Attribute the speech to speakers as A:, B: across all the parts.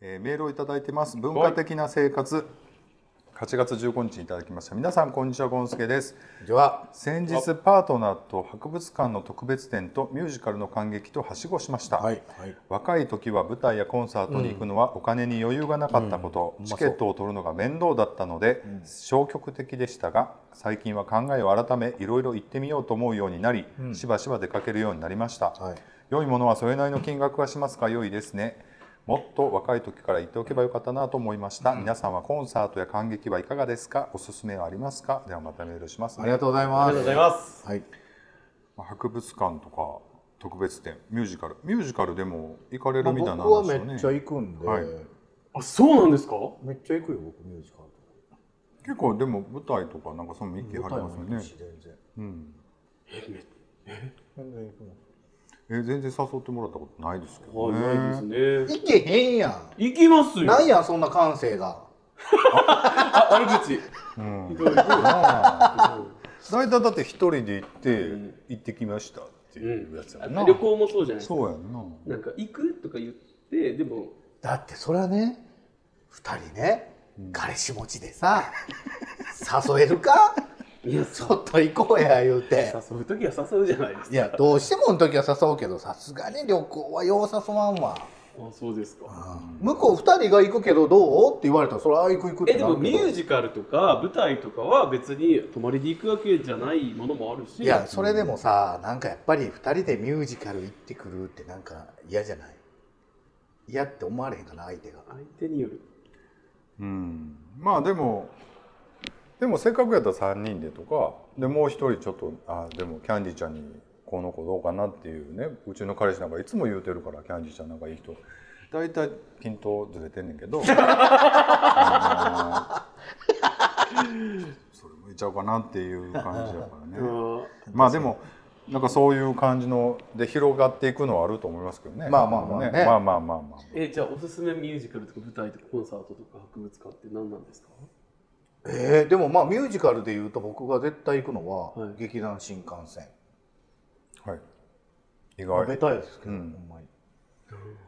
A: えーメールをいただいてます文化的な生活8月15日にいただきました皆さんこんにちはゴンスケです
B: では
A: 先日パートナーと博物館の特別展とミュージカルの観劇とはしごしました、
B: はいはい
A: 若い時は舞台やコンサートに行くのはお金に余裕がなかったこと、チケットを取るのが面倒だったので、消極的でしたが最近は考えを改めいろいろ行ってみようと思うようになり、しばしば出かけるようになりました、
B: はい
A: 良いものはそれなりの金額はしますが良いですねもっと若い時から言っておけばよかったなと思いました、皆さんはコンサートや観劇はいかがですかおすすめはありますかではまたメールします
B: あ
A: ね
B: りがとうござい
C: あ
B: ま
C: りがとうござ
B: す
C: います。
B: はい
A: まあ博物館とか特別展ミュージカルミュージカルでも行かれ
B: まあ
A: るみたいなんです
B: 僕
A: よ
B: は
A: ね、
B: めっちゃ行くんで
A: はい
C: あ、そうなんですか。
B: めっちゃ行くよ僕ミュージカル
A: 結構でも舞台とかなんかその行きはりますよね
B: 舞台も行くし全然
C: え、めっ
B: 全然行くの
A: え全然誘ってもらったことないですけどね
C: 怖いですね。
B: 行けへんやん
C: 行きますよ。
B: なんやそんな感性が
C: あ、悪口。
A: うん
C: ひどい
A: ああ大体だって一人で行って、行ってきましたっていうやつやんな、
C: 旅行もそうじゃないですか。
A: そうやんな
C: なんか行くとか言って、でも。
B: だってそれはね2人ね、彼氏持ちでさ誘える か
C: いや、
B: ちょっと行こうや言うて
C: 誘う時は誘うじゃないです
B: い
C: か。
B: やどうしてもの時は誘うけどさすがに旅行はよう誘わんわ
C: あ、そうですか。
B: 向こう2人が行くけどどうって言われたらそれは行く行くって
C: え、で
B: なる
C: も
B: け
C: ミ
B: ど
C: ュージカルとか舞台とかは別に泊まりで行くわけじゃないものもあるし。
B: いやそれでもさなんかやっぱり2人でミュージカル行ってくるってなんか嫌じゃない嫌って思われへんかな相手が
C: 相手による。
A: うんまあでもでもせっかくやったら3人でとかでもう一人ちょっとあでもキャンディちゃんにこの子どうかなっていうねうちの彼氏なんかいつも言うてるからキャンディちゃんなんかいい人大体ピントずれてんねんけど あのそれもいちゃうかなっていう感じだからね。
C: あ
A: まあでもなんかそういう感じので広がっていくのはあると思いますけどね。
B: まあまあまあね
A: まあまあまあまあ。
C: え、じゃあおすすめミュージカルとか舞台とかコンサートとか博物館って何なんですか
B: えーでもまあミュージカルでいうと僕が絶対行くのは、
C: はい
B: 劇団新幹線
A: はい。意
B: まあ
A: 外
B: ベ。タですけど、
A: うん
B: ほんまに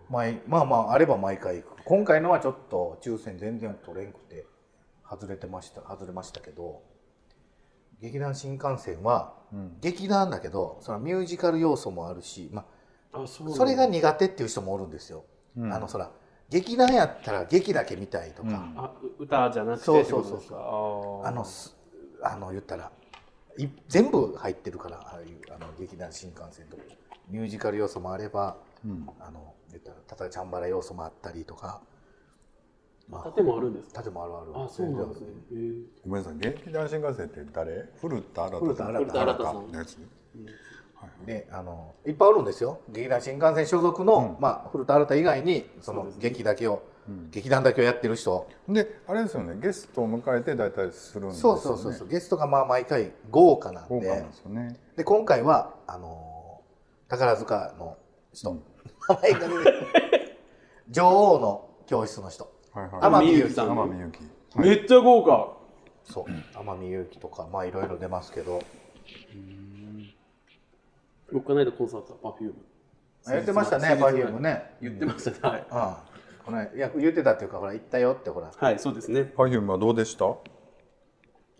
B: 毎まあまああれば毎回行く今回のはちょっと抽選全然取れんくて外れてました外れましたけど劇団新幹線は、
A: うん
B: 劇団だけどそのミュージカル要素もあるし、ま
C: あ、そ
B: あ、それが苦手っていう人もおるんですよ、
A: うん
B: あのそら劇団やったら劇だけ見たいとか、
C: あ、歌じゃなくて
B: そうそうそうそう
C: ってことですか
B: あのすあの言ったらい全部入ってるからああいうあの劇団新幹線とかミュージカル要素もあれば
A: うん。
B: あの言ったら例えばチャンバラ要素もあったりとか、まあ、
C: 建もあるんですか
B: 盾もあるある
C: あ、そうなんですね。へえ
A: ごめんなさい。劇団新幹線って誰？古田新太さん。
B: 古田新太
C: さん古田新太さん
A: のやつ。
B: であのいっぱいあるんですよ劇団新幹線所属の、
A: う
B: まあ、古田新太以外にそ
C: そう
B: の
C: ですね
B: 劇だけを、
A: ん
B: 劇団だけをやってる人、
A: で、あれですよね。ゲストを迎えて大体するんですよ
B: そ
A: ね。
B: うそうそうそうゲストがまあ毎回豪華なん
A: 豪華な
B: で
A: んですよね。
B: で今回はあのー宝塚の人、名前が出てこない女王の教室の人
A: はいはい。
B: 天海
C: 海
B: 祐
C: 祐
B: 希
C: 希
B: さ
C: さ
B: ん
C: ん
A: 天海祐希。
C: めっちゃ豪華。
B: そう天海祐希とかまあいろいろ出ますけど
C: 僕この間コンサートは Perfume
B: やってましたね
C: 先日
B: バリウムね
C: 言ってましたね。はい。
B: ああこのいや言ってたっていうかほら行ったよってほら
C: はい、そうですね。
A: パフュームはどうでした？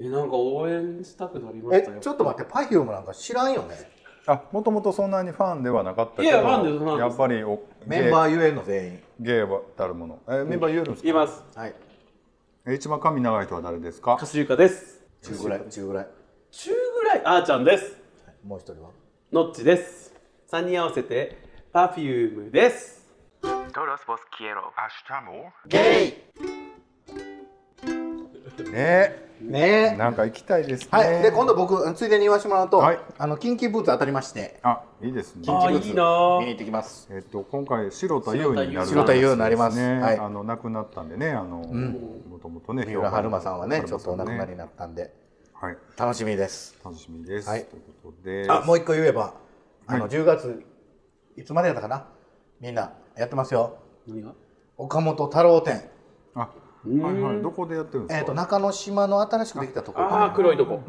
C: え、なんか応援したくなりまし
B: え
C: たよ。
B: ちょっと待って Perfume なんか知らんよね
A: あ、もともとそんなにファンではなかったけど、
C: いやファンですファンです
A: やっぱりお
B: メン
A: ー
B: バーゆえの全員
A: ゲイはたるもの。え、メンバー言えるんです
C: 言い
A: か？
C: ます。
B: はい
A: え一番髪長い人は誰ですか
C: 歌？手ゆかです。
B: 中ぐらい中ぐらい
C: 中ぐらい、あーちゃんです。
B: もう一人は
C: ノッチです。三人合わせて Perfume です。
D: Todos vos quiero.
B: ゲ
A: ね。
B: イねえ
A: なんか行きたいですね。
B: はいで今度僕ついでに言わせてもらうと、
A: はい
B: あの緊急ブーツ当たりまして
A: あ、いいですね。
C: あーい
B: 見に
C: いな
B: 行
C: ー。
B: ってきます
A: えっと今回白田優になる
C: 白田
B: 優になります
A: ね、
B: はい
A: あの亡くなったんでね、あのもともとね、
B: 三浦春馬さんはねち
A: 評
B: ょっとお
A: 判
B: 亡くなり
A: ね
B: になったんで
A: はい、
B: 楽しみです
A: 楽しみです、
B: はい
A: ということで、
B: あもう一個言えばあの10月いつまでやったかなみんなやってますよ
C: 何が？
B: 岡本太郎展
A: あはいはい、どこでやってるんです
B: え
A: か。
B: ー、と中之島の新しくできたところかな
C: ああ、黒いとこ。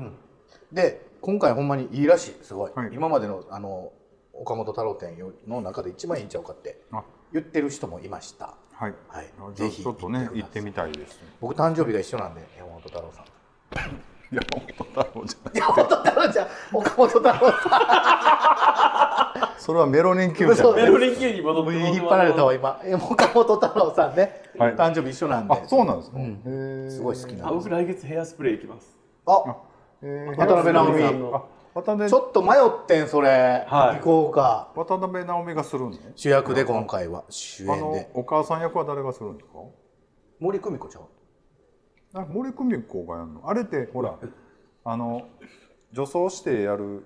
B: で今回ほんまにいいらしいすごい、
A: はい
B: 今までのあの岡本太郎展の中で一番いいんちゃうかって
A: あ
B: 言ってる人もいました
A: はい。
B: はい
A: あじゃ
B: ぜ
A: あ
B: ひ
A: ちょっとね、
B: 行
A: 行
B: っ
A: ってて
B: み
A: みたいです。
B: 僕誕生日が一緒なんで山本太郎さん
A: いや、本当だろうじゃ
B: 山 本太郎じゃん岡本太郎さ
A: ない。それはメロ年級じゃ
B: そう
A: な
C: メ
A: い。
C: ロリン級に戻って
B: ん引っ張られた
C: わ
B: わ今え岡本太郎さんね、
A: はい
B: 誕生日一緒なんで
A: あ、そうなんですか。
B: う
A: へ
B: ん
A: ー
B: すごい好きな
C: あ僕来月ヘアスプレー行きます
B: あ
A: へー
B: 渡辺直美
A: あ渡辺
B: ちょっと迷ってんそれ、
C: はい
B: 行こうか
A: 渡辺直美がするんですね。
B: 主役で今回は主演
A: あの
B: で
A: お母さん役は誰がするんですか？
B: 森久美子ちゃん
A: あ森久美子がやるの。あれってほらあの女装してやる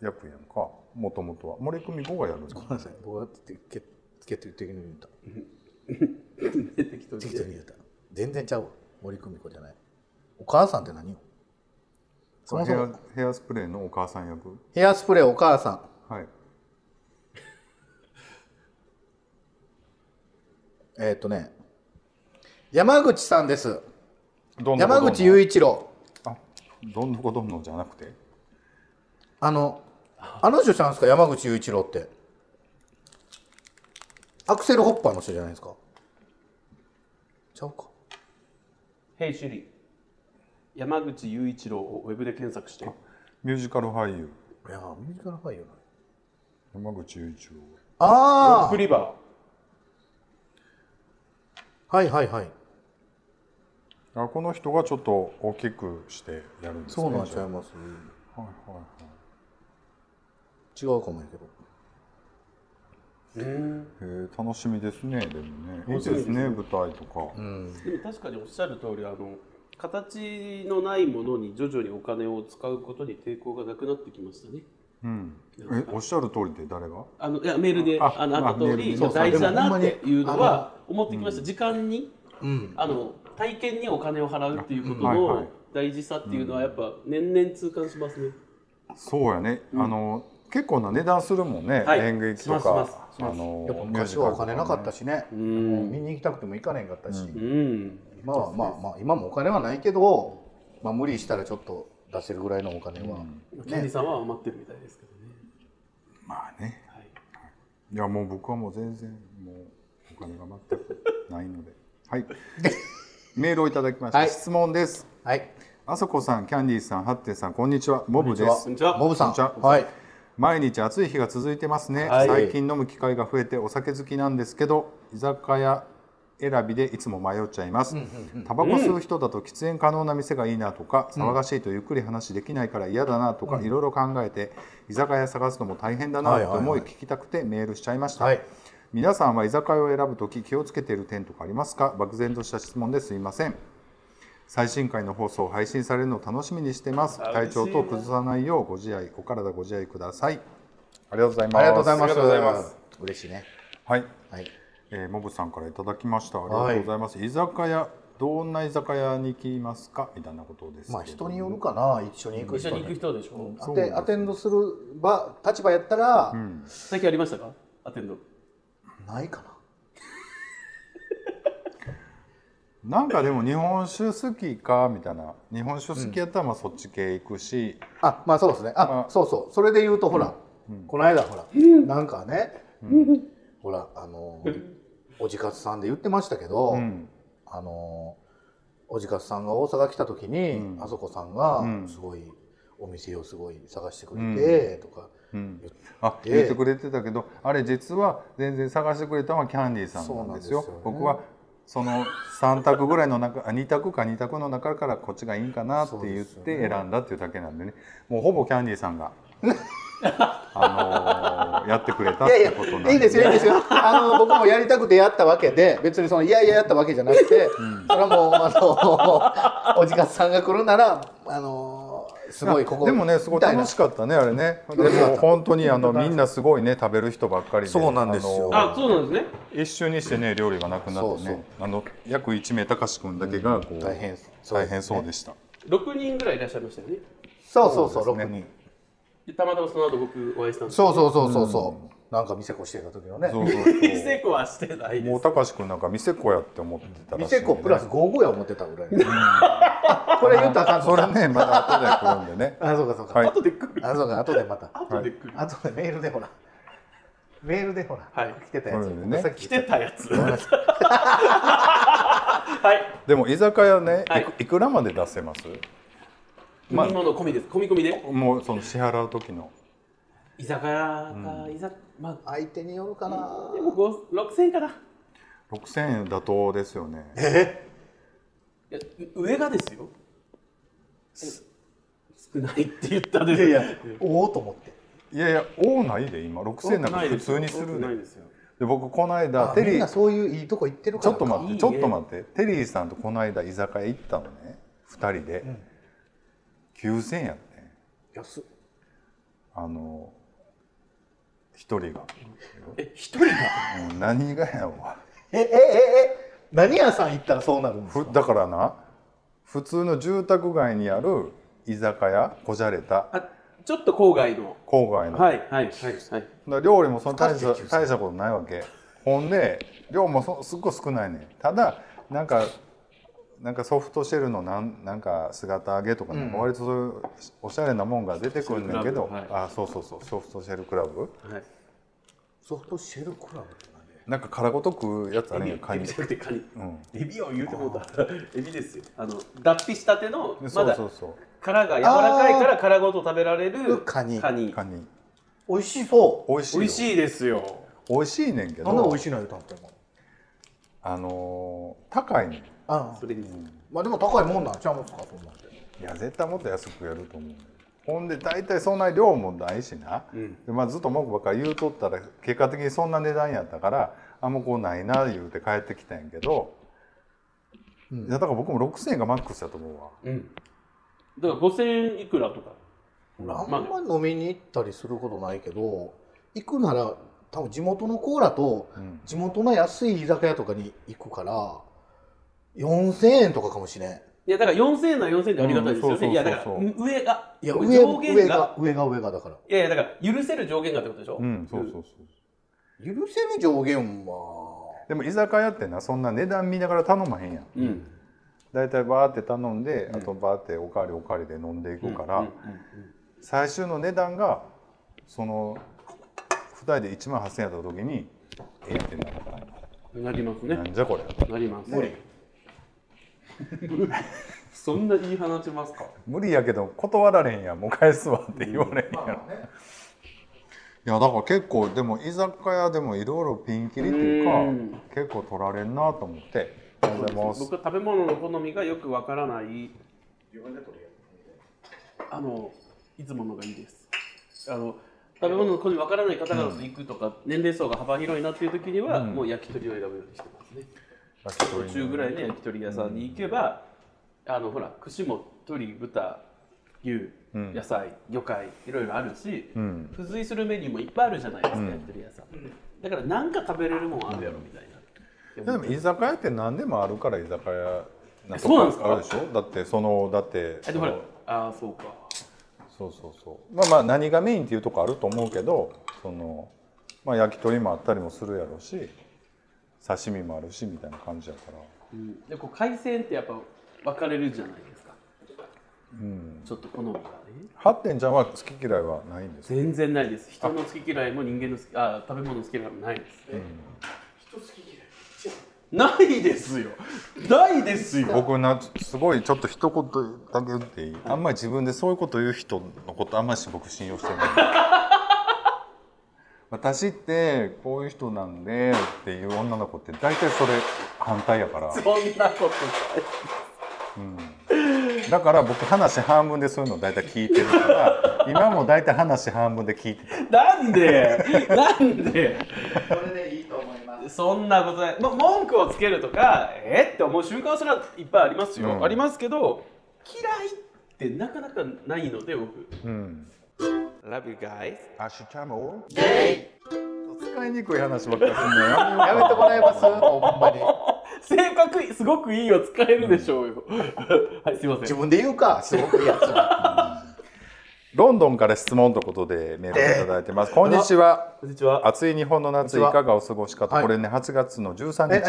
A: 役やんか。もともとは森久美子がやるんです
B: ごめんなさい僕はててて決定的に言うた
C: 適当に
B: 適当に言うた全然ちゃうわ森久美子じゃないお母さんって何よそもそも
A: ヘアヘアスプレーのお母さん役。
B: ヘアスプレーお母さん
A: はい。
B: えーっとね山口さんです
A: どんどこど
B: 山
A: んどん
B: 口雄。一郎
A: あ、どんどこどんどんじゃなくて。
B: あのあの人じゃないですか山口雄一郎ってアクセルホッパーの人じゃないですかちゃうか
C: ヘイシリ山口雄一郎をウェブで検索して
A: ミュージカル俳優
B: いやーミュージカル俳優な
A: 山口雄一郎。
B: あ
C: クリバ
B: あはいはいはい
A: あこの人がちょっと大きくしてやるんですね。
B: そうなんち
A: じ
B: ゃ
A: ゃ
B: います
A: あはいはいはい。
B: 違うかもやけど
C: ーうん
A: へえ楽しみですねでもねいいですね舞台とか、
C: でも確かにおっしゃる通りあの形のないものに徐々にお金を使うことに抵抗がなくなってきましたね
A: うんえおっしゃる通りって誰が
C: あのいやメールであ
A: あ
C: の
A: まあ
C: あった通り
A: メールでね
C: 大事だ
B: そうそ
C: な
B: う
C: っ
B: でも
C: ていうのは思ってきました、時間に、
B: ん
C: あの体験にお金を払うっていうこと
A: はいは
C: の
A: い
C: 大事さっていうのはやっぱ年々痛感しますね、
A: そうやね、あの結構な値段するもんね、
C: はい
A: 演劇と
C: しますし
A: か
C: ますし
A: あ
C: ます
A: の
B: やっぱ昔はお金なかった
A: し
B: しね
C: ん
B: 見に行きたくても行かねんかったし、
C: うん
B: 今はまあまあ今もお金はないけど、まあ、無理したらちょっと出せるぐらいのお金は、
C: キャンディさんは余ってるみたいですけどね、
A: まあね
C: はい、
A: いやもう僕はもう全然もうお金が全くないの ではいメールをいただきました、
B: はい
A: 質問です
B: はい
A: あそこさんキャンディーさんハッテンさんこんにちはボブで
C: こ
A: す
C: んにちは
B: ボブさん
A: こんにちは
B: はい
A: 毎日暑い日が続いてますね、
C: はい
A: 最近飲む機会が増えてお酒好きなんですけど居酒屋選びでいつも迷っちゃいますタバコ吸う人だと喫煙可能な店がいいなとか、騒がしいとゆっくり話できないから嫌だなとか、いろいろ考えて居酒屋探すのも大変だな
B: はいはい
A: と
B: はい
A: 思い聞きたくてメールしちゃいました、
B: はい
A: 皆さんは居酒屋を選ぶとき気をつけている点とかありますか漠然とした質問ですいません最新回の放送配信されるのを楽しみにしてます
C: あ
A: 体調等崩さないようご自愛お体ご自愛くださいありがとうございます
B: ありがとうございます
C: ありがとうございます
B: 嬉しいね
A: はい、
B: はい
A: えー、モブさんからいただきましたありがとうございます、居酒屋どんな居酒屋に行きますかみたいなことですけど
B: まあ人によるかな一緒に行く
C: 一
B: 人
C: 緒
B: ね
C: に行く人でしょ、
B: アテアテンドする場立場やったら、
C: 最近ありましたかアテンド
B: ないかな
A: なんかでも日本酒好きかみたいな日本酒好きやったらまあそっち系行くし、
B: あまあそうですねあそうそうそれで言うとほら、この間ほら、なんかね、ほらあのーおじかつさんで言ってましたけど、
A: うん
B: あのーおじかつさんが大阪来た時に、あそこさんが
A: うん
B: すごいお店をすごい探してくれてとか、
A: うん
B: 言って
A: あ
B: で
A: 言ってくれてたけどあれ実は全然探してくれたのはキャンディーさんなんですよ
B: そうなんですよね
A: 僕はその3択ぐらいの中2択か2択の中からこっちがいいんかなって言って選んだっていうだけなんでねもうほぼキャンディーさん があのーやってくれたっ
B: いやい
A: て
B: や
A: ことなん
B: いいですよいいですよあの僕もやりたくてやったわけで別にそのいやいややったわけじゃなくて、それはもうあのおじかつさんが来るならあのーすごいここ
A: でもねすごい
B: みたな
A: 楽しかったねあれねで
B: しかった
A: も本当にあのみんなすごいね食べる人ばっかりで
B: そうなんですよ
A: あのー
C: あそうなんですね
A: 一瞬にしてね料理がなくなってね
B: そうそう
A: あの約1名高志くんだけがこう、
B: 大変そう
A: 大変そうでした
C: 6人ぐらいいらっしゃいましたよね
B: そうそうそう
A: そう
B: 六
A: ですね
B: 人
C: でたまたまその後僕お会いしたんです
B: そうそうそうそうそうなんか店越してた時のね
A: そうそう
C: う成功はしてないです
A: もうたかしくんなんか店子やって思ってたらしい、
B: 店越プラス55や思ってたぐらい これ言ったらあかん
A: そ
B: の
A: れ
B: か
A: ねまだ後で来 るんでね
B: あそうかそうか
A: はい
C: 後で来る
B: あそうか後でまた
C: 後で来る、
B: 後でメールでほらメールでほら、
C: はい
B: 来てたや
A: メ
B: つ、
A: ールでね
B: 僕さっき
C: 来
B: 言
C: て
B: った
C: や つ
B: たごめん
C: は
B: なさい
C: い
A: でも居酒屋ね、
C: はい
A: いく、いくらまで出せますまあ
C: 飲み物込みです込み込みで
A: もうその支払う時の
C: 居酒屋か、居酒ま
B: 相手によるかな
C: あでも5 6000円かない
A: 6000円妥当ですよね
B: え
C: やう上がですよ少ないって言ったで
B: いやいやおおと思って
A: いやいや多ないで今6000円なんか
C: ない
A: 普
C: です
A: 通
C: よ
A: にする
C: な
A: で
C: い
A: で
C: ですよ
A: 僕この間
B: あ
A: テ
B: みん
A: リ
B: な
A: ー
B: そういういいとこ行ってるか
A: ちょ
B: ら
A: っと待っ
C: いい
A: て
C: ね
A: ちょっと待ってテリーさんとこの間居酒屋行ったのね2人で、9000円やってん
B: て安っ
A: あの1人が、
C: え一人が
A: うん何がやわ
B: えええええ何屋さん行ったらそうなるんです
A: ふ
B: か
A: だからな普通の住宅街にある居酒屋こじゃれた
C: あちょっと郊外の
A: 郊外の、
C: はいはいはいはい
A: だから料理もそんな大した
B: 二人で9000
A: 大したことないわけほんで量もそすっごい少ないねんただなんかなんかソフトシェルのなんなんか姿揚げとかなんか割とそういうおしゃれなもんが出てくるんだけど、
C: ソフトシェルクラ
A: あそうそ
C: ブ
A: うそうソフトシェルクラブ
C: はい
B: ソフトシェルクラブって何
A: なんか殻ごと食うやつあ
C: エ
A: るん
C: ビ
A: やカニ
C: エビじゃなくてカニ
A: うん
C: エビを言うてもうたエビですよあの脱皮したての
A: で
C: ま
A: そう
C: だ
A: そうそ
C: 殻が柔らかいから殻ごと食べられる
B: カニ
C: カ
A: う
C: ニ
A: カニ
B: 美味しそ
A: 美味しい
C: 美
A: よ
C: 味しいですよ
A: 美味しいねんけ
B: うなんで美
A: ど
B: 味しいの言うたんですか
A: あのー高いねん
B: あ
C: それに
B: まあでも高いもんなんちゃうんすかと思っ
A: い
B: て
A: や絶対もっと安くやると思うねんほんで大体そんな量もないしな、
C: うん
A: でまあ、ずっと文句ばっかり言うとったら結果的にそんな値段やったからあんまこうないな言うて帰ってきたんやけど、
B: う
A: い
B: ん
A: やだから僕も6000円がマックスだと思うわ
C: うんだから5000いくらとか
B: あん
C: まあ
B: まり飲みに行ったりすることないけど行くなら多分地元のコーラと
A: うん
B: 地元の安い居酒屋とかに行くから4000円とかかもしれん
C: いやだから4000円なら4000円でありがたいです
A: うんそう
C: よ
A: そうそうそう
C: ねいやだから上が
B: いや上
C: 上限
B: 上
C: が
B: が上が上がだから
C: いやいやだから許せる上限がってことでしょ
A: うんそうそうそう
B: 許せる上限は
A: でも居酒屋ってなそんな値段見ながら頼まへんやん
C: うん
A: 大体バーって頼んで、あとバーっておかわりおかわりで飲んでいくから、
C: うんうん
A: 最終の値段がその2人で1万8000円やった時にえってなるから
C: うんなりますね
A: なんじゃこれ
C: なります
B: 無理
C: そんな言い放ちますか
A: 無理やけど断られんやんもう返すわって言われんやん、いやだから結構でも居酒屋でもいろいろピンキリっていうか
C: うん
A: 結構取られんなと思ってありがとうございます
C: 僕は食べ物の好みがよくわからないあのいつものがいいですあの食べ物の好みわからない方々と行くとか、年齢層が幅広いなっていう時には、もう焼き鳥を選ぶようにしてますね
A: 焼き
C: 途
A: 鳥
C: 中ぐらいの焼き鳥屋さんに行けば、あのほら串も鶏豚牛
A: ん
C: 野菜魚介いろいろあるし、
A: ん
C: 付随するメニューもいっぱいあるじゃないですか、焼き鳥屋さんだから何か食べれるもんあるやろみたいな、
A: でも居酒屋って何でもあるから居酒屋な
C: そうなんですか
A: あるでしょだってそのだって
C: あでもほらああそうか
A: そのそうそうそうまあまあ何がメインっていうとこあると思うけどそのまあ焼き鳥もあったりもするやろうし刺身もあるしみたいな感じやから
C: うん、でこう海鮮ってやっぱ分かれるじゃないですか、ちょっと好みがね
A: ハッテンちゃんは好き嫌いはないんですか
C: 全然ないです人の好き嫌いも人間の好きあ食べ物の好き嫌いもないです、人好き嫌いないですよないですよ
A: 僕なすごいちょっと一言だけ言っていい、あんまり自分でそういうこと言う人のことあんまり僕信用してない私ってこういう人なんでっていう女の子って大体それ反対やから
C: そんなこと
A: だから僕話半分でそういうの大体聞いてるから今も大体話半分で聞いてる
C: ないなんでなんで
B: これでいいと思います
C: そんなことない、ま、文句をつけるとかえって思う瞬間すらいっぱいありますよ、
A: うん
C: ありますけど嫌いってなかなかないので僕
A: うん。
C: Love you guys
A: アシュチャモ使いにくい話ばっかりすんのよ
B: やめてもらえますほんまに
C: 性格すごくいいよ使えるでしょうよ、はいすいませ
B: 自
C: ん
B: 分で言うかすごくいいやつ
A: ロンドンから質問ということでメールをいただいてます、こんにちは
C: こんにちは
A: 暑い日本の夏いかがお過ごしかと、
B: はい
A: これね8月の13日
B: え
A: に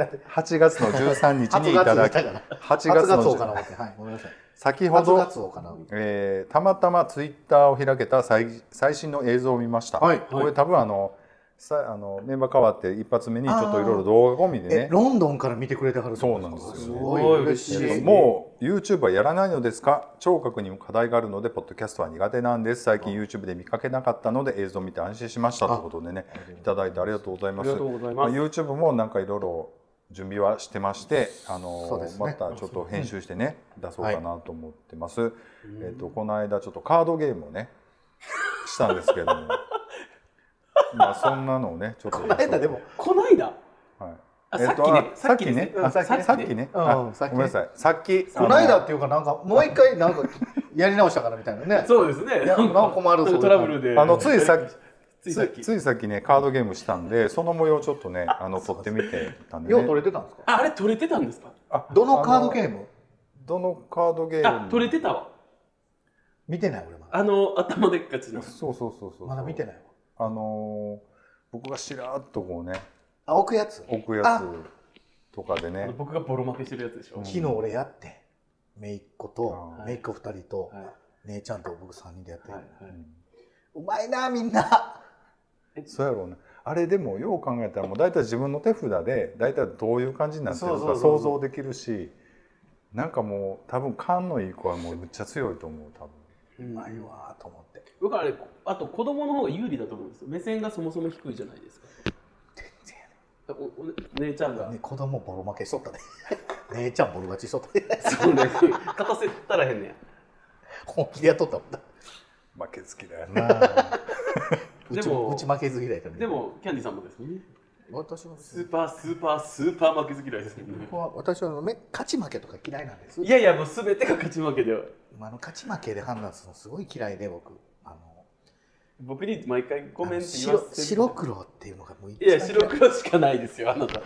B: え
A: 8月の13日 にいただき
B: 初月だから
A: 8月
B: 初月
A: の
B: 王かな思ってはいごめんなさい
A: 先ほ
B: 初
A: ど
B: 月王かな
A: えーたまたまツイッターを開けた最最新の映像を見ました、
B: はい
A: これ多分あのさあのメンバー変わって一発目にちょっといろいろ動画込みで
B: え
A: ね
B: ロンドンから見てくれてはるってことか
A: そうなんですよね
B: すごい嬉し
C: す
B: い
C: ごい嬉しい
A: もう YouTube はやらないのですか聴覚にも課題があるのでポッドキャストは苦手なんです最近 YouTube で見かけなかったので映像を見て安心しましたということでねいただいてありがとうござい
C: あ
A: ま
C: り
A: す
C: がとうござい
A: まあ
C: ます。
A: YouTube もなんかいろいろ準備はしてましてあ
B: そ
A: の
B: うですね
A: またちょっと編集してね出そうかなと思ってます、えっとこの間ちょっとカードゲームをねしたんですけれ どもまあそんなのをねちょっと
B: この間でも、
C: こないだ。
A: はい
C: あ
A: え
C: さ
A: っ
C: っ
A: と
C: きね
A: あ、さっきね
C: ですうん
A: あ
C: さっきね
A: さっきね
B: うん
A: あ
B: さっき
A: ご
B: ね
A: めんなさいさっき
B: こないだ
A: あ
B: っていうかなんかもう一回なんかやり直したからみたいなね
C: そうですね。
B: いやなんか困る
C: な
B: そ
C: んか
B: う
C: トラブルで。
A: のあのついさっき
C: ついさっき。
A: ついさっきねカードゲームしたんでその模様をちょっとねあの撮ってみてたんで、
B: よう
A: ね、
B: 取れてたんですか
C: あ、あれ取れてたんですか。
A: あ
B: どのカード
A: ム
B: ゲーム
A: どのカードゲー
C: あ
A: ム、
C: 取れてたわ。
B: 見てない俺まだ
C: あの頭でっかちの。
A: そうそうそうそう
B: まだ見てないわ
A: あのー僕がしらーっとこうね
B: あ置くやつ
A: 置くや
B: あ
A: つとかで
C: あ
A: ね
C: の僕がボロ負けしてるやつでしょ。
A: うん
B: 昨日俺やって姪っ子と
A: あ
C: ー
B: 姪っ子二人と
C: はい
B: 姉ちゃんと僕三人でやって
C: はいは
A: う
C: い。
A: ん
B: うまいなみんな
A: そうやろうねあれでもよう考えたらもう大体自分の手札で大体どういう感じになってる
C: そうそ
A: か
C: うそ
A: 想
C: うそ
A: 像できるしなんかもう多分勘のいい子はもうめっちゃ強いと思う多分
C: う
B: うんまいわと思って
C: 僕はあれあと子供の方が有利だと思うんですよ目線がそもそも低いじゃないですか
B: 全然
C: おお姉ちゃん
B: や
C: が、
B: ね子供ボロ負けしとったね 姉ちゃんボロ勝ちしとったね
C: そうね勝たせたらへんねや
B: 本気でやっとったもんな
A: 負けず嫌いやな
B: うち
C: でも
B: うち負けず嫌いだね
C: でもキャンディさんもですもんね
B: 私は
C: スーパースーパースーパー負けず嫌いですもんね
B: 僕は私はめ勝ち負けとか嫌いなんです
C: いやいやもう全てが勝ち負けで
B: あの勝ち負けで判断するのすごい嫌いで僕あの
C: 僕に毎回ごめんって言わ
B: 白
C: せて
B: 白黒っていうのがもう一
C: いや白黒しかないですよあなたい
A: い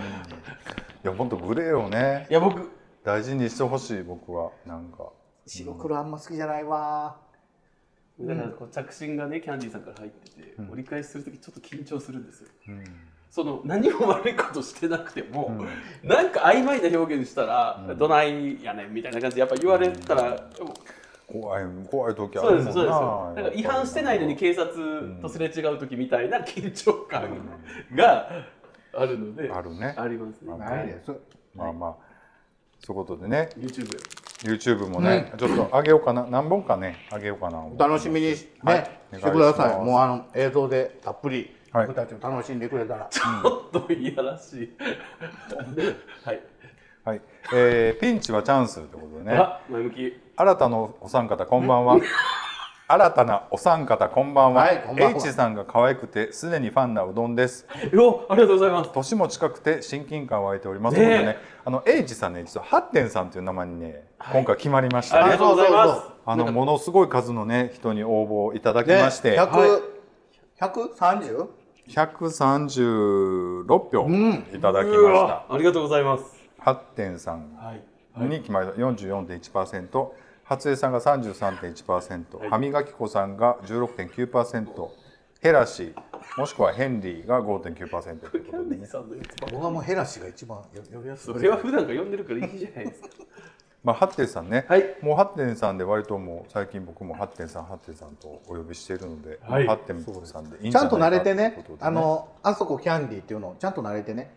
A: やもっとグレーをね
C: や僕
A: 大事にしてほしい僕はなんか
B: 白黒あんま好きじゃないわ
C: だからこう着信がねキャンディさんから入ってて、
A: うん
C: 折り返しするときちょっと緊張するんですよ
A: うん
C: その何も悪いことしてなくても、
A: うん
C: なんか曖昧な表現したら、
A: うん
C: どないやねんみたいな感じでやっぱ言われたら、
A: 怖い怖い時あ
C: そう
A: るも
C: で
A: ん
C: す
A: な
C: そうですだから違反してないのに警察
A: ん
C: とすれ違う時みたいな緊張感があるので、
A: あるね
C: ありますね、
A: ある
B: す
A: まあまあそういうことでね
C: YouTube
A: YouTube もね、ちょっと上げようかな何本かね上げようかな
B: お楽しみにし,、ね
A: はい
B: してくだ
A: お願いし
B: さ
A: ま
B: い
A: す
B: もうあの映像でたっぷり
A: はい
B: 僕たちも楽しんでくれたら、
C: ちょっといやらしいはい、
A: はい、えーピンチはチャンスということでね
C: あ前向き
A: 新たなお三方こんばんは新たなお三方こんばんは,、
B: はいこんばんは
A: H さんが可愛くてすでにファンなうどんです
C: よありがとうございます
A: 年も近くて親近感湧いております、
C: ねえ
A: ということでねあの H さんね実はハッテンさんという名前にね今回決まりました
C: あり
A: ね、
C: がとうございます
B: そうそう
A: あのものすごい数のね人に応募をいただき
B: ね
A: まして、
B: 100
C: は
B: 130?
A: 136票いただきまし
C: う
A: た
C: わありがとうございます
A: ハッテンさん
C: はい
A: に決まり44.1%初江さんが33.1%、歯磨き粉さんが16.9%ヘラシーもしくはヘンリーが5.9%という
C: キ
A: こ
C: ャ
A: と
C: ン
A: で
C: ディ
A: ね、
C: さんのやつ
B: 僕はもうヘラシが一番よ呼びやすい
C: それは普段から呼んでるからいいじゃないですか
A: まあ、ハッテンさんね、
C: はい
A: もうハッテンさんで割ともう最近僕もハッテンさんハッテンさんとお呼びしているので、
C: はい
A: ハッテンさんでいい
B: ちゃんと慣れて
A: とい
B: ね
A: うことで
B: あのあそこキャンディーっていうのをちゃんと慣れてね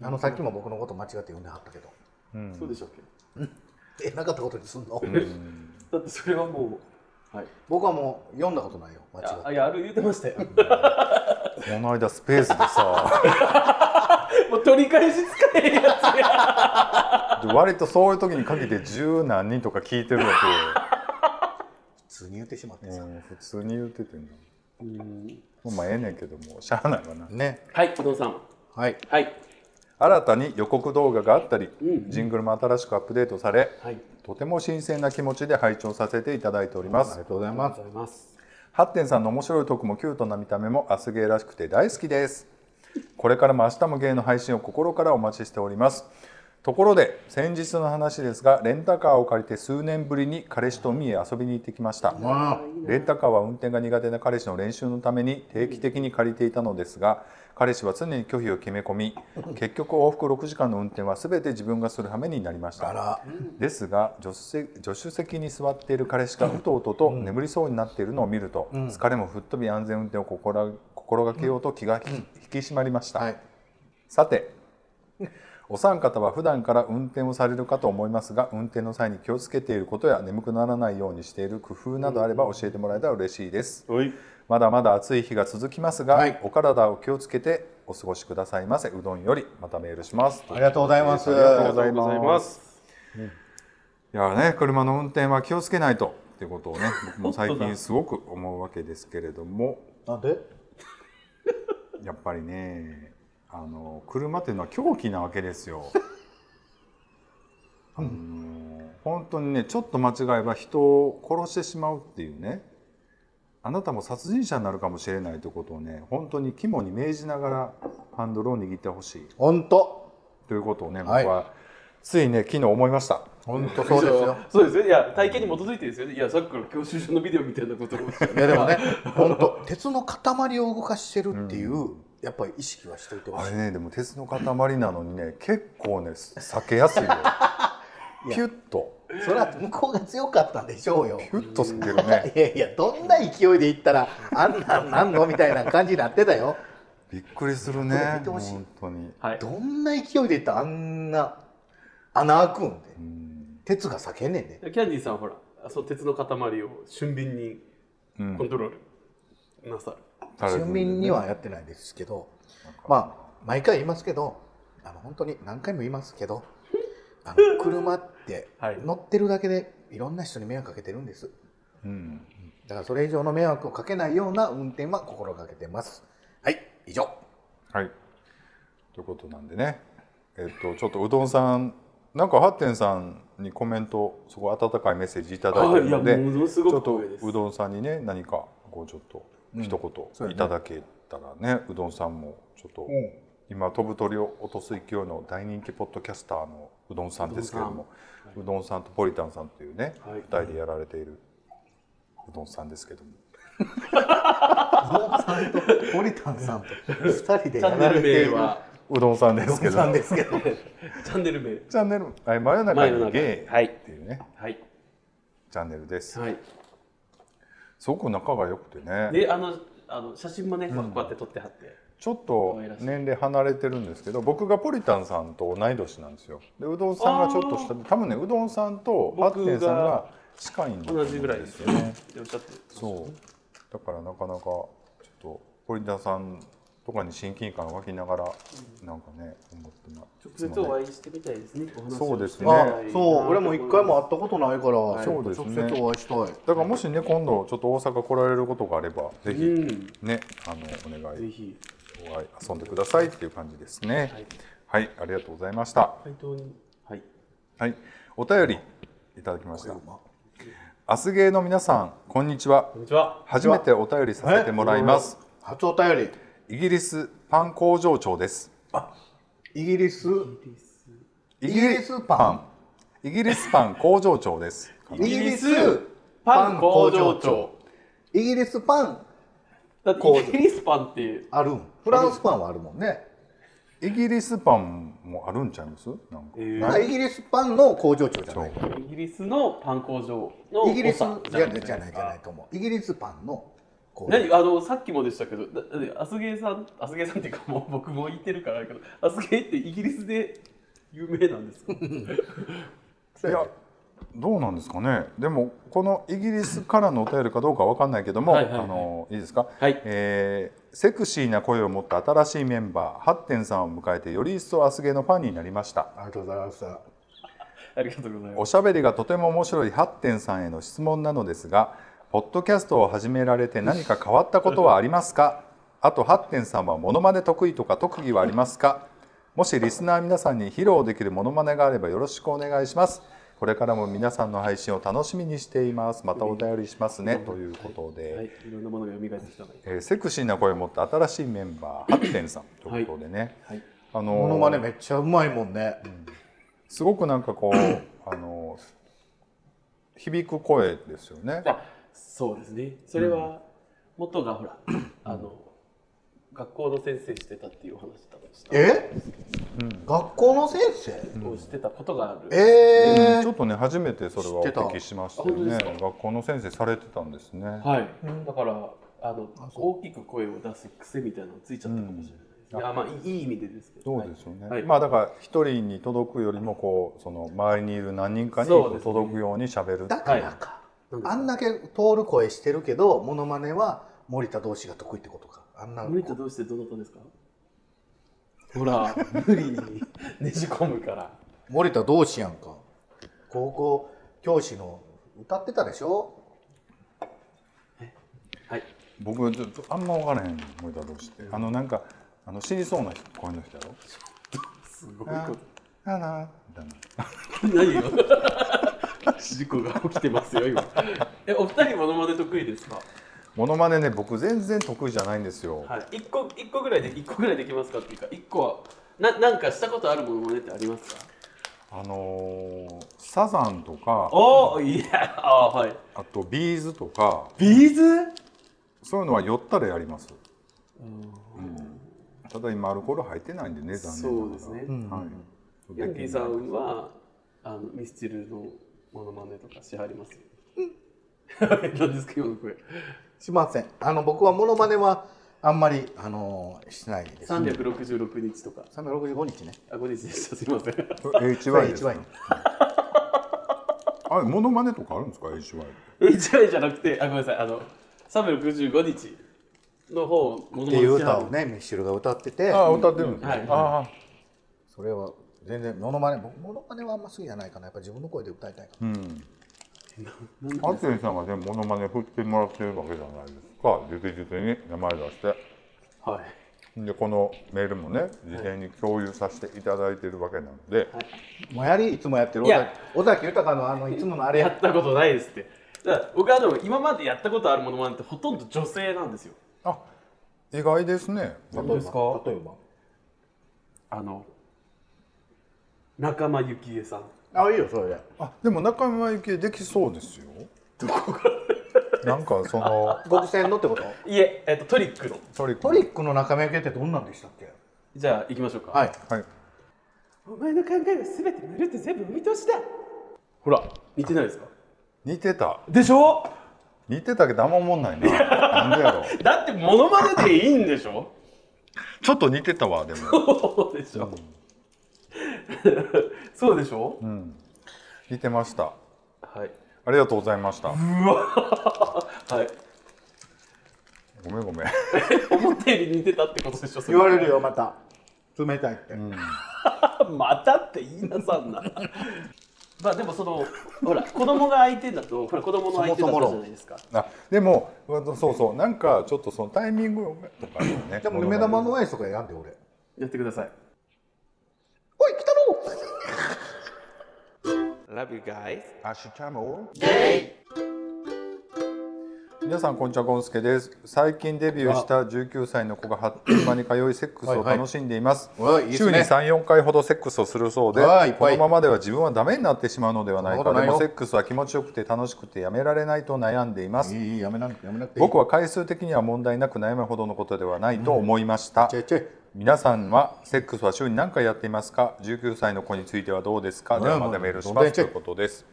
B: あのさっきも僕のこと間違って呼んではったけど
A: うん
C: そうでしたっけ
B: えなかったことにすんの
A: うん
C: だってそれはもうはい
B: 僕はもう読んだことないよ間違って
C: あいやあれ言ってましたよ
A: この間スペースでさ
C: もう取り返しつかへんやつや
A: で割とそういう時に限って十何人とか聞いてるわ
B: 普通に言ってしまっ
A: け
B: て
A: よ、
B: さ、
A: うん普通に言っててん
C: うん
A: のまあええねんけどもしゃあないわな
B: ね
C: はい伊藤さん
B: はい
C: はい
A: 新たに予告動画があったり、
C: うん
A: ジングルも新しくアップデートされ
C: はい
A: とても新鮮な気持ちで拝聴させていただいておりま
B: あり
A: す、
B: がとうござい
C: ありが
B: ます
C: とうございます
A: ハッテンさんの面白いトークもキュートな見た目もアスゲーらしくて大好きですこれからも明日もゲーの配信を心からお待ちしておりますところで先日の話ですがレンタカーを借りて数年ぶりに彼氏と海へ遊びに行ってきました、
B: まあ
A: レンタカーは運転が苦手な彼氏の練習のために定期的に借りていたのですが彼氏は常に拒否を決め込み結局往復6時間の運転は全て自分がする羽目になりまし
B: あ
A: た
B: ら
A: ですが助手席助手席に座っている彼氏がうとうとと眠りそうになっているのを見ると、疲れも吹っ飛び安全運転を心が心がけようと気がひ引き締まりました、
B: はい
A: さてお三方は普段から運転をされるかと思いますが運転の際に気をつけていることや眠くならないようにしている工夫などあれば教えてもらえたら嬉しいです
C: はい。
A: まだまだ暑い日が続きますが、
B: はい
A: お体を気をつけてお過ごしくださいませうどんよりまたメールします
B: ありがとうございます
A: ありがとう
C: ありが
A: ござ
C: と
A: いう
C: ござい
A: ま
C: ますす。
A: いやね車の運転は気をつけないとっていうことをね僕も最近すごく思うわけですけれども
B: なんで
A: やっぱりねあの車っていうのは狂気なわけです よ。あの本当にねちょっと間違えば人を殺してしまうっていうねあなたも殺人者になるかもしれないということをね本当に肝に銘じながらハンドルを握ってほしい
B: 本当
A: ということをね僕
B: はい
A: はついね昨日思いました。
B: 本当そうですよ。
C: そうですよ。いや、体験に基づいてですよね。いや、さっきから教習所のビデオみたいなことをおっしゃる
B: いやでもね本当 鉄の塊を動かしてるっていう、やっぱり意識はしておいてほ
A: あ
B: しい
A: れねでも鉄の塊なのにね結構ね避けや すいよ
B: いや
A: ピュッと
B: それは向こうが強かったんでしょうよ
A: ピュッと避けるね
B: いやいやどんな勢いでいったらあんなんなんのみたいな感じになってたよ
A: びっくりする
B: いや
A: ね
B: 見てほしい
A: 本当に
C: はい。
B: どんな勢いでいったらあんな穴開くんで
A: うん
B: 鉄が裂けんねんで
C: キャンディーさんはほら、その鉄の塊を俊敏に
A: うん
C: コントロールなさる。
B: 住民にはやってないですけどまあ毎回言いますけどあの本当に何回も言いますけどあの車って
C: はい
B: 乗ってるだけでいろんな人に迷惑かけてるんです
A: うん
B: だからそれ以上の迷惑をかけないような運転は心がけてますはい以上
A: はいということなんでねえっとちょっとうどんさんなんかハッテンさんにコメントすごい温かいメッセージいただいてるの
C: あい
A: で
C: やものす
A: ち
C: ごく
A: ょっと
C: 光栄です
A: うどんさんにね何かこうちょっと一
B: そう
A: 言
B: やね
A: いただけたらねうどんさんもちょっと今飛ぶ鳥を落とす勢いの大人気ポッドキャスターのうどんさんですけれどもうどんさんとポリタンさんというね
C: はい
A: 二人でやられているうどんさんですけども
B: さんとポリタンさんと2人で
C: チャンネル名は、
A: うどんさんで
B: やられ
A: す
B: てい
A: け
B: る
A: ど
B: さんですけど
C: チャンネル名。
A: チャンネルあ真夜中にゲ
C: は
A: イ
C: い
A: っていうね
C: はい。
A: チャンネルです
C: はい。
A: すごく仲が良くてね
C: で、あの、あの写真もね、こうやって撮ってはって。
A: ちょっと年齢離れてるんですけど僕がポリタンさんと同い年なんですよでうどんさんがちょっと下で多分ねうどんさんとハッテンさんが近いんだと思
C: 同
A: うん
C: じぐらい
A: で
C: ですす
A: よ
C: よ
A: ね
C: ね。でもちょっと
A: そうだからなかなかちょっとポリタンさんとかに親近感湧きながらなんかね思ってま
C: 直接お会いしてみたいですね。お話を
A: そうですね
B: あそう俺も一回も会ったことないから、
A: い
B: ちょっと直接お会いしたい、
A: だからもしね今度ちょっと大阪来られることがあればぜ
C: う
A: ひ
C: ん。
A: ねあのお願い
C: ぜひ。
A: はい遊んでくださいっていう感じですね。
C: はい。
A: はい、ありがとうございました。
C: 回答に。はい。
A: はい、お便りいただきました。
B: ま
A: アスゲーの皆さん、こんにちは
C: こ。んにちは。
A: 初めてお便りさせてもらいます。
B: 初お便
A: イギリスパン工場長です。
B: りイギリス
A: イ
B: ギリスパ
A: ン。イギリスパン工場長です。
B: イギリス
C: パン工場長。
B: イギリスパン
C: だってイギリスパンって
B: あるんフランスパンはあるもんね、
A: イギリスパンもあるんちゃいます？なんか。
B: なんかイギリスパンの工場長じゃない
C: イギリスのパン工場の
B: イギリスじ
C: 長
B: ゃないじゃないじゃないと思うイギリスパンの工場
C: 何あのさっきもでしたけどだだってアスゲーさんアスゲーさんっていうかもう僕も言ってるからあれだけどアスゲーってイギリスで有名なんですか
A: いやどうなんですかねでもこのイギリスからのお便りかどうかわかんないけども
C: はいはいはい
A: あのいいですか、
C: はい
A: えーセクシーな声を持った新しいメンバーハッテンさんを迎えてより一層アスゲーのファンになりました
B: ありがとうございました
C: ありがとうございま
A: お
C: す
A: しゃべりがとても面白いハッテンさんへの質問なのですがポッドキャストを始められて何か変わったことはありますかあとハッテンさんはモノマネ得意とか特技はありますかもしリスナー皆さんに披露できるモノマネがあればよろしくお願いしますこれからも皆さんの配信を楽しみにしていますまたお便りしますねということで、
C: はいいろんなものが蘇ってきたので
A: えーセクシーな声を持った新しいメンバーハッテンさんということでね、
C: はいはい
A: あのー
B: モノマネめっちゃうまいもんね、
A: すごくなんかこ うあの響く声ですよね。
C: あそうですねそれは元がほら、あの学校の先生してたっていうお話多分した
B: え、学校の先生、
C: をしてたことがある、
B: え
A: ちょ
B: ー
A: っとね初めてそれはお聞きしましたよ
C: 知って
A: ね
C: たあ本当です
A: 学校の先生されてたんですね、
C: はい、だからあの
B: あそう
C: 大きく声を出す癖みたいなのついちゃったかもしれないですね、
A: うん
C: あまあいいいい意味でですけど
A: そうですよね、
C: はい
A: まあだから一人に届くよりもこうその周りにいる何人かに
C: そう
A: こ
C: です
A: う
C: ね
A: 届くように喋る
B: だからか、あんだけ通る声してるけどモノマネは森田同士が得意ってことかあんな
C: 森田どうしてどなたですかほら無理にねじ込むから
B: 森田同士やんか高校教師の歌ってたでしょ
C: はい
A: 僕ちょっとあんま分からへん森田同士ってあのなんかあの死にそうな人声の人やろ
C: すごいこ
A: ああなあみたいな
C: と何よ事故が起きてますよ今えお二人モノマネ得意ですか
A: モノマネね僕全然得意じゃないんですよ、
C: はい、一個一個ぐらいで一個ぐらいできますかっていうか一個はななんかしたことあるものまねってありますか？
A: あのーサザンとか
C: おおいやあーはい。
A: あとビーズとか
C: ビーズ？
A: そういうのは寄ったらやります、うんただ今アルコール入ってないんでね残念なが
C: そう
A: ら
C: ですね。
A: はい、
C: ヤンキー
A: でき
C: さ
A: ない
C: んはあのミスチルのモノマネとかしはります。 うん。何ですか今の声？
B: しませんあの僕はモノマネはあんまりあのしないです
C: 三百六十六日とか
B: 365日ね
C: あ五日でしたすいません。
A: HY です
B: HY
A: あれモノマネとかあるんですか HY
C: 一枚じゃなくてあごめんなさいあの三百六十五日の方モノ
B: っ
C: マ
B: て
C: ネ
B: いう
C: しは
B: 歌
C: る
B: を。ねミッシェルが歌ってて
A: あ歌ってるんですね、
C: はいはい
A: あ
B: それは全然モノマネ僕モノマネはあんま好きじゃないかなやっぱ自分の声で歌いたいか
A: ーうんアツリさんがねモノマネ振ってもらってるわけじゃないですか実々に名前出して
C: はい。
A: でこのメールもね事前に共有させていただいてるわけなので、
B: らもうやりいつもやってる
C: い
B: 尾
C: や
B: 崎尾崎豊のあのいつものあれ
C: や
B: や
C: ったことないですって。だから僕はでも今までやったことあるものまねってほとんど女性なんですよ。
A: あ意外ですね
B: 例え
C: 当ですか
B: ば例えば
C: あの仲間由紀恵さん。
B: あいいよそれで
A: あでも中間由紀恵できそうですよ
C: どこが？
A: なんかその
B: 極戦のってこと
C: いえ、えっとトリックの。
A: トリック
B: トリックの中身受けってどんなんでしたっけ
C: じゃあ行きましょうか。
B: はい
A: はい
C: お前の考えはすべてまるっと全部お見通しだ。ほら似てないですか？
A: 似てた
C: でしょ？
A: 似てたけどあんま思んないななんでやろう
C: だってモノマネでいいんでしょ？
A: ちょっと似てたわでも
C: そうでしょ。 そうでしょ？
A: 似てました
C: はい。
A: ありがとうございました
C: はい。
A: ごめんごめん
C: 思ったより似てたってことでしょ？そ
B: 言われるよまた冷たいって、
C: またって言いなさんな。まあでもそのほら子供が相手だとほら子供の相手だ
B: そもそも
C: と
B: 論
C: じゃないですか。
A: あでもそうそうなんかちょっとそのタイミングとかね
B: でも目玉のエースとか選んで俺
C: やってください。
B: おい来たろ
D: Love you guys.
A: アッシュチャム皆さんこんにちはゴンスケです最近デビューした19歳の子が発展場に通いセックスを楽しんでいます、
B: はいはい
A: 週に
B: いいですね
A: 34回ほどセックスをするそうで
B: わあいっぱ
A: こ
B: い
A: のままでは自分はダメになってしまうのではない
B: そ
A: か
B: んなことな
A: で
B: い
A: もセ
B: よ
A: ックスは気持ちよくて楽しくてやめられないと悩んでいます
B: いいいいやめなやめなくていい
A: 僕は回数的には問題なく悩むほどのことではないと思いました、
B: ちょいちょい
A: 皆さんはセックスは週に何回やっていますか19歳の子についてはどうですかではまたメールしますということです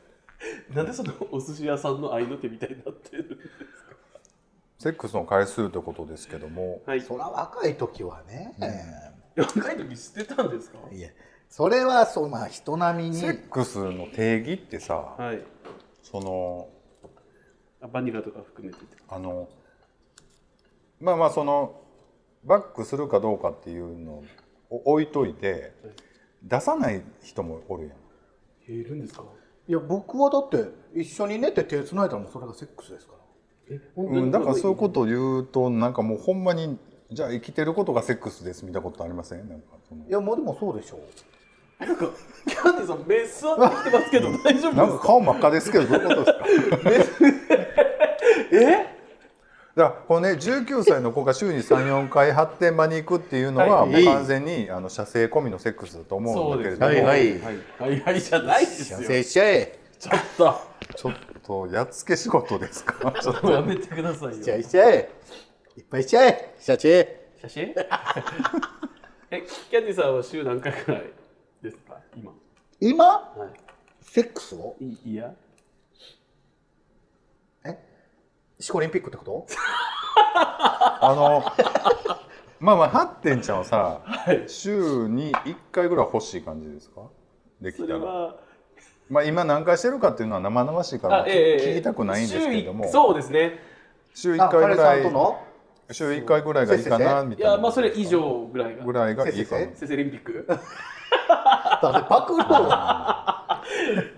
C: なんでそのお寿司屋さんの合いの手みたいになってるんですか。
A: セックスの回数ということですけども
C: はい。
B: そら若い時はね、
C: 若い時知ってたんですか。
B: いやそれはそうまあ人並みに
A: セックスの定義ってさ
C: はい。
A: その
C: あバニラとか含めてって。
A: あのまあまあそのバックするかどうかっていうのを置いといて出さない人もおるやん
C: えいるんですか。
B: いや僕はだって一緒に寝て手つないだらもうそれがセックスですから
C: え本当
A: う
C: に
A: ん、だからそういうことを言うとなんかもうほんまにじゃあ生きてることがセックスですみたいなことありませんなんかその
B: いやもうでもそうでしょ
C: なんかキャンディさん目座ってきてますけど大丈
A: な
C: 夫
A: んか
C: ですか。
A: 顔真っ赤ですけどどういうことですか
C: え？
A: だからこのね19歳の子が週に34回発展場に行くっていうのは
C: はい
A: もう完全にあの射精込みのセックスだと思
C: そ
A: うん
C: う
A: だけれ
C: です。
A: ども、
B: はいはい
C: はいはいはいじゃないですよ。
B: う
C: ち
B: しちゃえ
C: ょっと
A: ちょっとやっつけ仕事です かちょっと
C: もうやめてくださいよ。
B: しちゃえしちゃえいっぱいしちゃえしちゃえ
C: 写真 えキャンディさんは週何回くらいですか今
B: 今
C: は
B: セックスを
C: いいいや
B: えシコリンピックってこと
A: あのまあまあハッテンちゃんはさ、週に1回ぐらい欲しい感じですかでき
C: そ
A: た
C: れ
A: ら。
C: は
A: まあ今何回してるかっていうのは生々しいから
C: あ
A: 聞,、
C: ええええ
A: 聞きたくないんですけれども
C: 週一そうですね
A: 週
B: あ
A: 1
B: カ
A: 回
B: レ
A: ぐ
B: さ
A: ら
B: ん
A: い
B: との
A: 週1回ぐらいがいいかなみ
C: い
A: たいな
C: やまあそれ以上ぐらいが
A: ぐらいがいいかな
B: せい
C: 先生オリンピック
B: だって暴露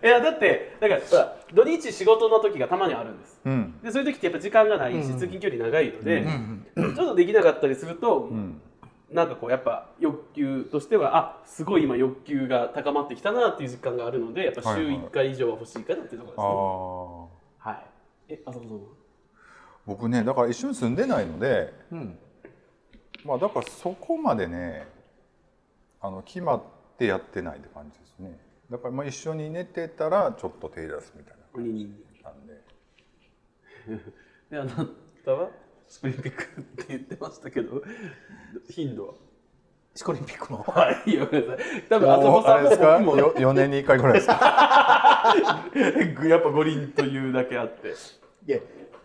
C: いやだってだからほら土日仕事の時がたまにあるんです
A: うん
C: でそういう時ってやっぱ時間がないし、
B: うん
C: 通勤距離長いので、
A: うん
C: ちょっとできなかったりすると、
A: うん
C: なんかこうやっぱ欲求としてはあすごい今欲求が高まってきたなっていう実感があるのでやっぱ週1回以上は欲しいかなっていうとこ
A: あ
C: ろ
A: あ
C: ですねはい、えあそこそこ
A: 僕ねだから一緒に住んでないので
B: うん
A: まあだからそこまでねあの決まってやってないって感じですねだからまあ一緒に寝てたらちょっと手出すみたいな
C: 鬼に
A: 感じなんで
C: であなたはスプリンピックって言ってましたけど頻度は
B: シコリンピックの
C: はいいやごめんなさい多分あそ
A: も
C: こ
A: うあれです
C: さ
A: か
C: んも
A: よ4年に1回ぐらいですか
C: 僕も やっぱ五輪というだけあって
B: いや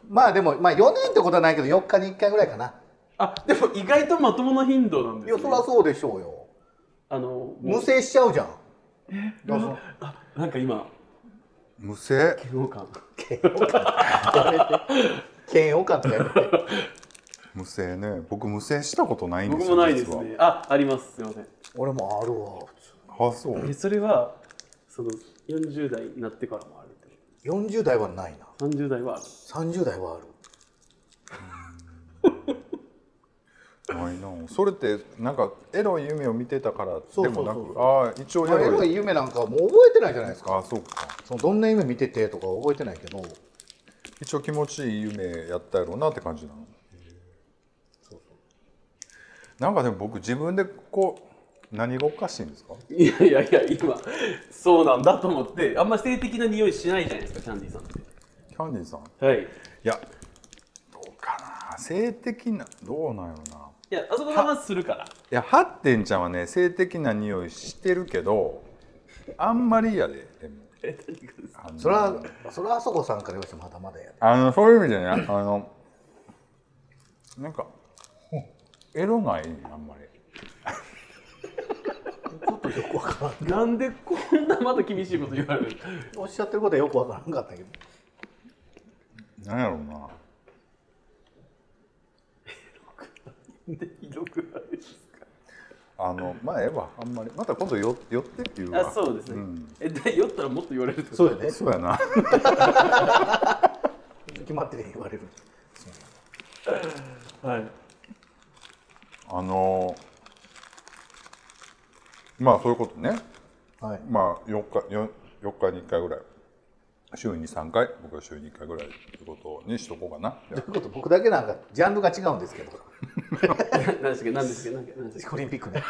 B: まあでもまあ4年ってことはないけど4日に1回ぐらいかな
C: あでも意外とまともな頻度なんで
B: い
C: す、ね、
B: やそりゃそうでしょうよ
C: あのもう
B: 無制しちゃうじゃんどうぞ
C: あなんか今
A: 無声
C: 嫌悪感
B: 嫌悪感やめて嫌悪感とかやめて
A: 無声ね僕無声したことないんで
C: 僕
A: す
C: も
A: よ
C: ないです
A: 実は
C: ねあありますすいません
B: 俺もあるわ
A: あそう
C: えそれはその40代になってからもあるってこ
B: 40代はないな
C: と30代はある
B: 30代はある
A: ないなそれってなんかエロい夢を見てたから
B: そう
A: で
B: そうそう
A: もなくああ一応
B: あれ
A: エ
B: エロ
A: ロい
B: い夢なんかはもう覚えてないじゃないですか
A: あそうか
B: そのどんな夢見ててとか覚えてないけど
A: 一応気持ちいい夢やったやろうなって感じなのなんかでも僕自分でこう何がおかしいんですか
C: いやいやいや今そうなんだと思ってあんま性的な匂いしないじゃないですかキャンディーさんって
A: キャンディーさんい
C: はいい
A: やどうかな性的などうなんやろない
C: やあそこ我慢するから
A: やハッテンちゃんはね性的な匂いしてるけどあんまりやででも
C: え何がですか
A: あの
B: それはそれはあそこさんから言わせてまだまだや
A: あのそういう意味でねあのなんかエロないねあんまり
B: ちょ っとよくわからん
C: なんでこんなまた厳しいこと言われる
B: おっしゃってることはよくわからんかったけど
A: なんやろうな
C: なんでひどくないですか
A: あのまあええわあんまりまた今度よ寄ってっていうわ
C: あそうですね、
A: ん
C: えで酔ったらもっと言われるってこと
B: そうやね
A: そうやな
B: 決まってね言われる
C: はい
A: あのまあそういうことね
B: はい
A: まあ4日 4, 4日に1回ぐらい週に3回僕は週に1回ぐらいっていうことにしとこうかな
B: ということ僕だけなんかジャンルが違うんですけど
C: 何でしたっけ何でしたっけ何でしたっけ
B: オリンピックね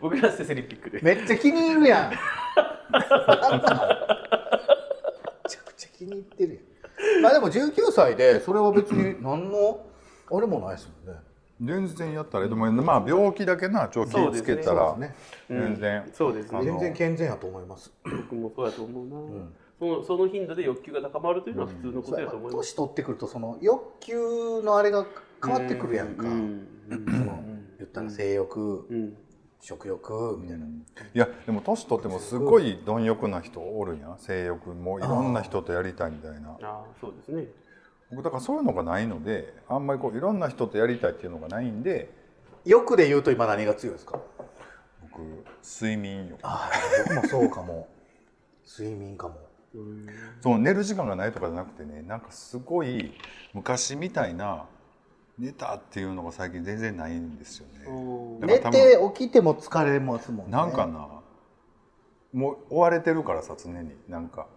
C: 僕らセセリンピックで
B: めっちゃ気に入る やんめちゃくちゃ気に入ってるやんまあでも19歳でそれは別に何のあれもないですもんね
A: 全然やったらでもまあ病気だけなちょっと気ぃつけたら、
B: そうですね
A: 全然、
C: そうです
A: あ
C: ね
A: の
B: 全然健全やと思います
C: 僕もそうやと思うな、そのその頻度で欲求が高まるというのは普通のことやと思います、
B: 年取ってくるとその欲求のあれが変わってくるやんか、
C: うん
B: その言ったら性欲、
C: うん
B: 食欲みたいな、
A: いやでも年取ってもすごい貪欲な人おるんや性欲もいろんな人とやりたいみたいな
C: ああそうですね
A: 僕だからそういうのがないのであんまりこういろんな人とやりたいっていうのがないんで
B: 欲で言うと今何が強いですか
A: 僕睡眠欲
B: ああ僕もそうかも 睡眠かも
A: その寝る時間がないとかじゃなくてねなんかすごい昔みたいな寝たっていうのが最近全然ないんですよね
C: おー
A: だから
B: 寝
A: 多分
B: て起きても疲れますもんね
A: なんかなもう追われてるからさ常になんか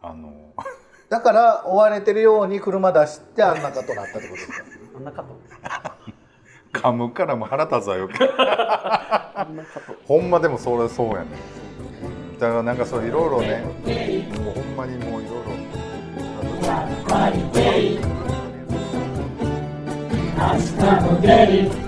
A: あの
B: だから追われてるように車出してあんなことになったってことですか
C: あんなかと
A: 噛むからもう腹立つわよ
C: あんなかと
A: ほんまでもそれそうやねだからなんかそういろいろねもうほんまにもういろいろ
E: Hasta Spaghetti.